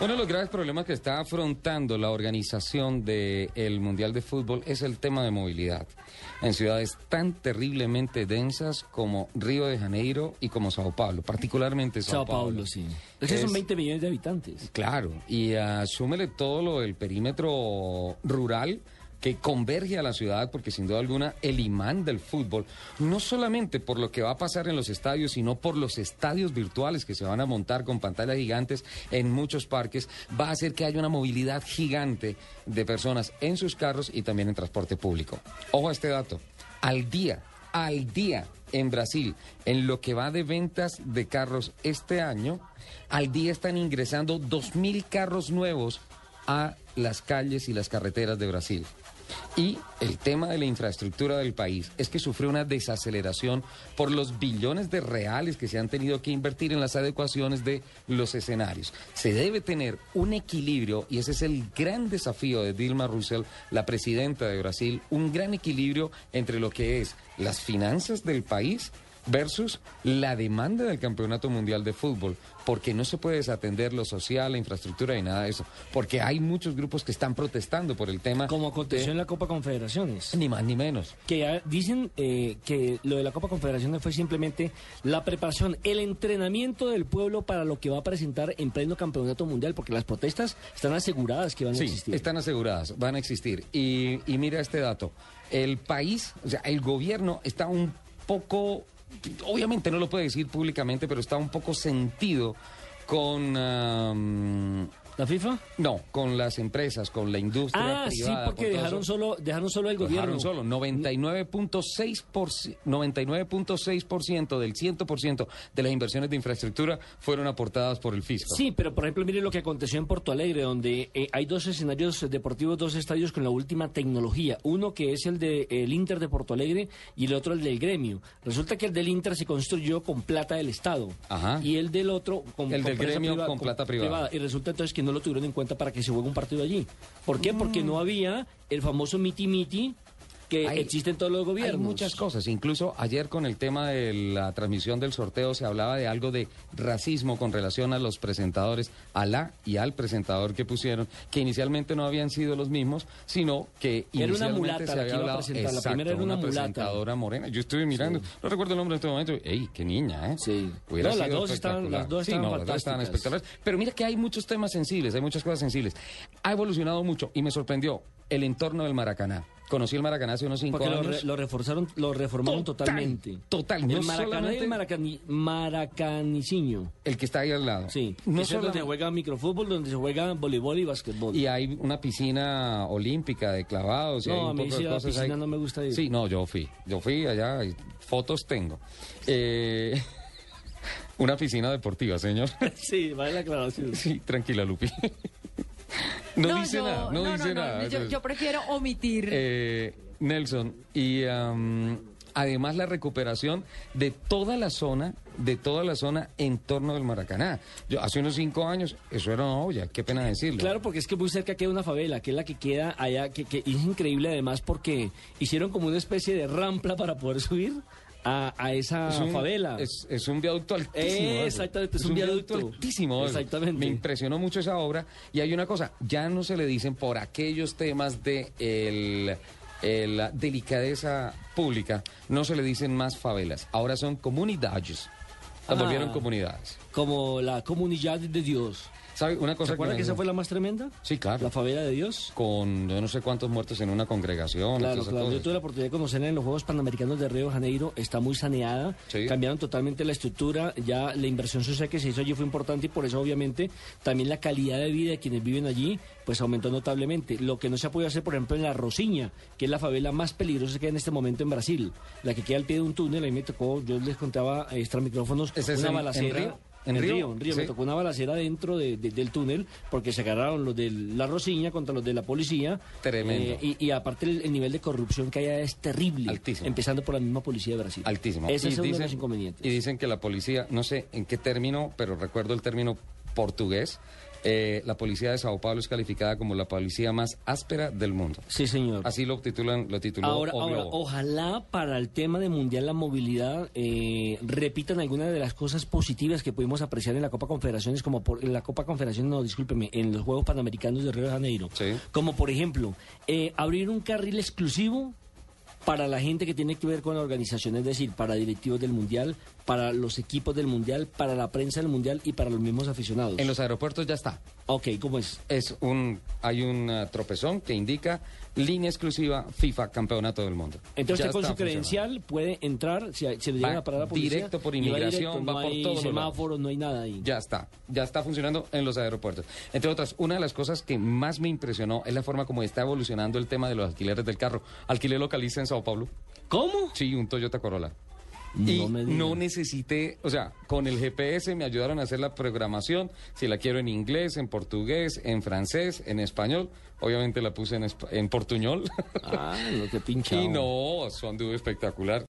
Uno de los graves problemas que está afrontando la organización del Mundial de Fútbol es el tema de movilidad. En ciudades tan terriblemente densas como Río de Janeiro y como Sao Paulo, particularmente Sao, Sao Paulo, sí. Es que Es- son 20 millones de habitantes. Claro, y asúmele todo lo del perímetro rural que converge a la ciudad, porque sin duda alguna el imán del fútbol, no solamente por lo que va a pasar en los estadios, sino por los estadios virtuales que se van a montar con pantallas gigantes en muchos parques, va a hacer que haya una movilidad gigante de personas en sus carros y también en transporte público. Ojo a este dato, al día, al día en Brasil, en lo que va de ventas de carros este año, al día están ingresando 2.000 carros nuevos a las calles y las carreteras de Brasil. Y el tema de la infraestructura del país es que sufrió una desaceleración por los billones de reales que se han tenido que invertir en las adecuaciones de los escenarios. Se debe tener un equilibrio, y ese es el gran desafío de Dilma Rousseff, la presidenta de Brasil, un gran equilibrio entre lo que es las finanzas del país versus la demanda del Campeonato Mundial de Fútbol, porque no se puede desatender lo social, la infraestructura y nada de eso, porque hay muchos grupos que están protestando por el tema. Como aconteció de- en la Copa Confederaciones. Ni más ni menos. Que ya dicen eh, que lo de la Copa Confederaciones fue simplemente la preparación, el entrenamiento del pueblo para lo que va a presentar en pleno campeonato mundial, porque las protestas están aseguradas que van a Sí, existir. están aseguradas, van a existir. Y, y mira este dato. El país, o sea, el gobierno está un poco, obviamente no lo puede decir públicamente, pero está un poco sentido con... ah, mm, ¿La FIFA? no, con las empresas, con la industria Ah, sí, privada. porque con todo dejaron eso. solo, dejaron solo el Lo gobierno. dejaron solo. 99.6% 99.6% del 100% de las inversiones de infraestructura fueron aportadas por el fisco. Sí, pero por ejemplo, mire lo que aconteció en Porto Alegre, donde eh, hay dos escenarios deportivos, dos estadios con la última tecnología. Uno que es el del Inter de Porto Alegre y el otro el del Gremio. Resulta que el del Inter se construyó con plata del Estado. Ajá. Y el del otro con, El con del presa Gremio con plata privada. Y resulta entonces que no lo tuvieron en cuenta para que se juegue un partido allí. ¿Por qué? Mm. Porque no había el famoso miti-miti que Hay- existe en todos los gobiernos. Hay muchas cosas. Incluso ayer con el tema de la transmisión del sorteo se hablaba de algo de racismo con relación a los presentadores, a la y al presentador que pusieron, que inicialmente no habían sido los mismos, sino que Era una inicialmente se mulata la que había iba a hablado presentar. La Exacto, primera era una mulata. presentadora morena. Yo estuve mirando, no recuerdo el nombre en este momento. Ey, qué niña, ¿eh? Sí. Hubiera No, las sido dos estaban- espectacular. las dos Sí, estaban no, las dos estaban fantásticas. espectaculares. Pero mira que hay muchos temas sensibles, hay muchas cosas sensibles. Ha evolucionado mucho y me sorprendió el entorno del Maracaná. Conocí el Maracaná hace unos cinco Porque lo, años. re- lo reforzaron, lo reformaron Total, totalmente. total, no El Maracaná y solamente- el Maracani- Maracaniciño. El que está ahí al lado. Sí. No Ese es donde solamente- se juega microfútbol, donde se juega voleibol y basquetbol. Y hay una piscina olímpica de clavados. y No, hay un a mí poco sí de la cosas piscina no me gusta ir. Sí, no, yo fui. Yo fui allá, y fotos tengo. Eh, una piscina deportiva, señor. sí, vale la aclaración. Sí, tranquila, Lupi. No, dice yo- nada, no, dice nada. Yo, yo prefiero omitir. Eh, Nelson, y am, además la recuperación de toda la zona, de toda la zona en torno del Maracaná. Yo, hace unos cinco años, eso era una olla, qué pena decirlo. Claro, porque es que muy cerca queda una favela, que es la que queda allá, que, que es increíble además porque hicieron como una especie de rampla para poder subir a, a esa Es un, favela. es- es un viaducto altísimo. Eh, eso. exactamente, es un viaducto. altísimo. eso. Exactamente. Me impresionó mucho esa obra. Y hay una cosa, ya no se le dicen por aquellos temas de el- el- la delicadeza pública, no se le dicen más favelas. Ahora son comunidades. Las Ah. volvieron comunidades. Como la comunidad de Dios. ¿Sabe una ¿Se cosa acuerdan me- que esa fue la más tremenda? Sí, claro. La favela de Dios. Con yo no sé cuántos muertos en una congregación. Claro, todas esas claro. Yo cosas. tuve la oportunidad de conocerla en los Juegos Panamericanos de Río de Janeiro. Está muy saneada. Sí. Cambiaron totalmente la estructura. Ya la inversión social que se hizo allí fue importante y por eso, obviamente, también la calidad de vida de quienes viven allí pues aumentó notablemente. Lo que no se ha podido hacer, por ejemplo, en La Rosiña, que es la favela más peligrosa que hay en este momento en Brasil. La que queda al pie de un túnel. Ahí me tocó, yo les contaba a extra micrófonos, ¿Ese es una en- en balacera. Río? ¿En en Río? Río, en Río. me Sí. tocó una balacera dentro de- de- del túnel porque se agarraron los de la Rosiña contra los de la policía. Tremendo. Eh, y- y, y aparte el, el nivel de corrupción que hay allá es terrible. Altísimo. Empezando por la misma policía de Brasil. Altísimo. Ese Y es uno de dicen- los inconvenientes. Y dicen que la policía, no sé en qué término, pero recuerdo el término portugués, eh, la policía de Sao Paulo es calificada como la policía más áspera del mundo. Sí, señor. Así lo titulan, lo tituló Ahora, O ahora, Globo. ojalá para el tema de Mundial la Movilidad eh, repitan algunas de las cosas positivas que pudimos apreciar en la Copa Confederaciones, como por en la Copa Confederaciones, no, discúlpeme, en los Juegos Panamericanos de Río de Janeiro. Sí. Como por ejemplo, eh, abrir un carril exclusivo para la gente que tiene que ver con la organización, es decir, para directivos del Mundial, para los equipos del Mundial, para la prensa del Mundial y para los mismos aficionados. En los aeropuertos ya está. Ok, ¿cómo es? Es un, hay un eh, tropezón que indica línea exclusiva FIFA Campeonato del Mundo. Entonces Ya usted con está su credencial puede entrar, si se le llega Va a parar la policía. directo por y va inmigración, directo, va no por hay todos los lados. semáforos, no hay nada ahí. Ya está, ya está funcionando en los aeropuertos. Entre otras, una de las cosas que más me impresionó es la forma como está evolucionando el tema de los alquileres del carro. Alquiler localiza en Sao Paulo. ¿Cómo? Sí, un Toyota Corolla. No y me diga. no necesité, o sea, con el GPS me ayudaron a hacer la programación, si la quiero en inglés, en portugués, en francés, en español, obviamente la puse en, espa- en portuñol. Ah, lo que pincha. y no, son de un espectacular.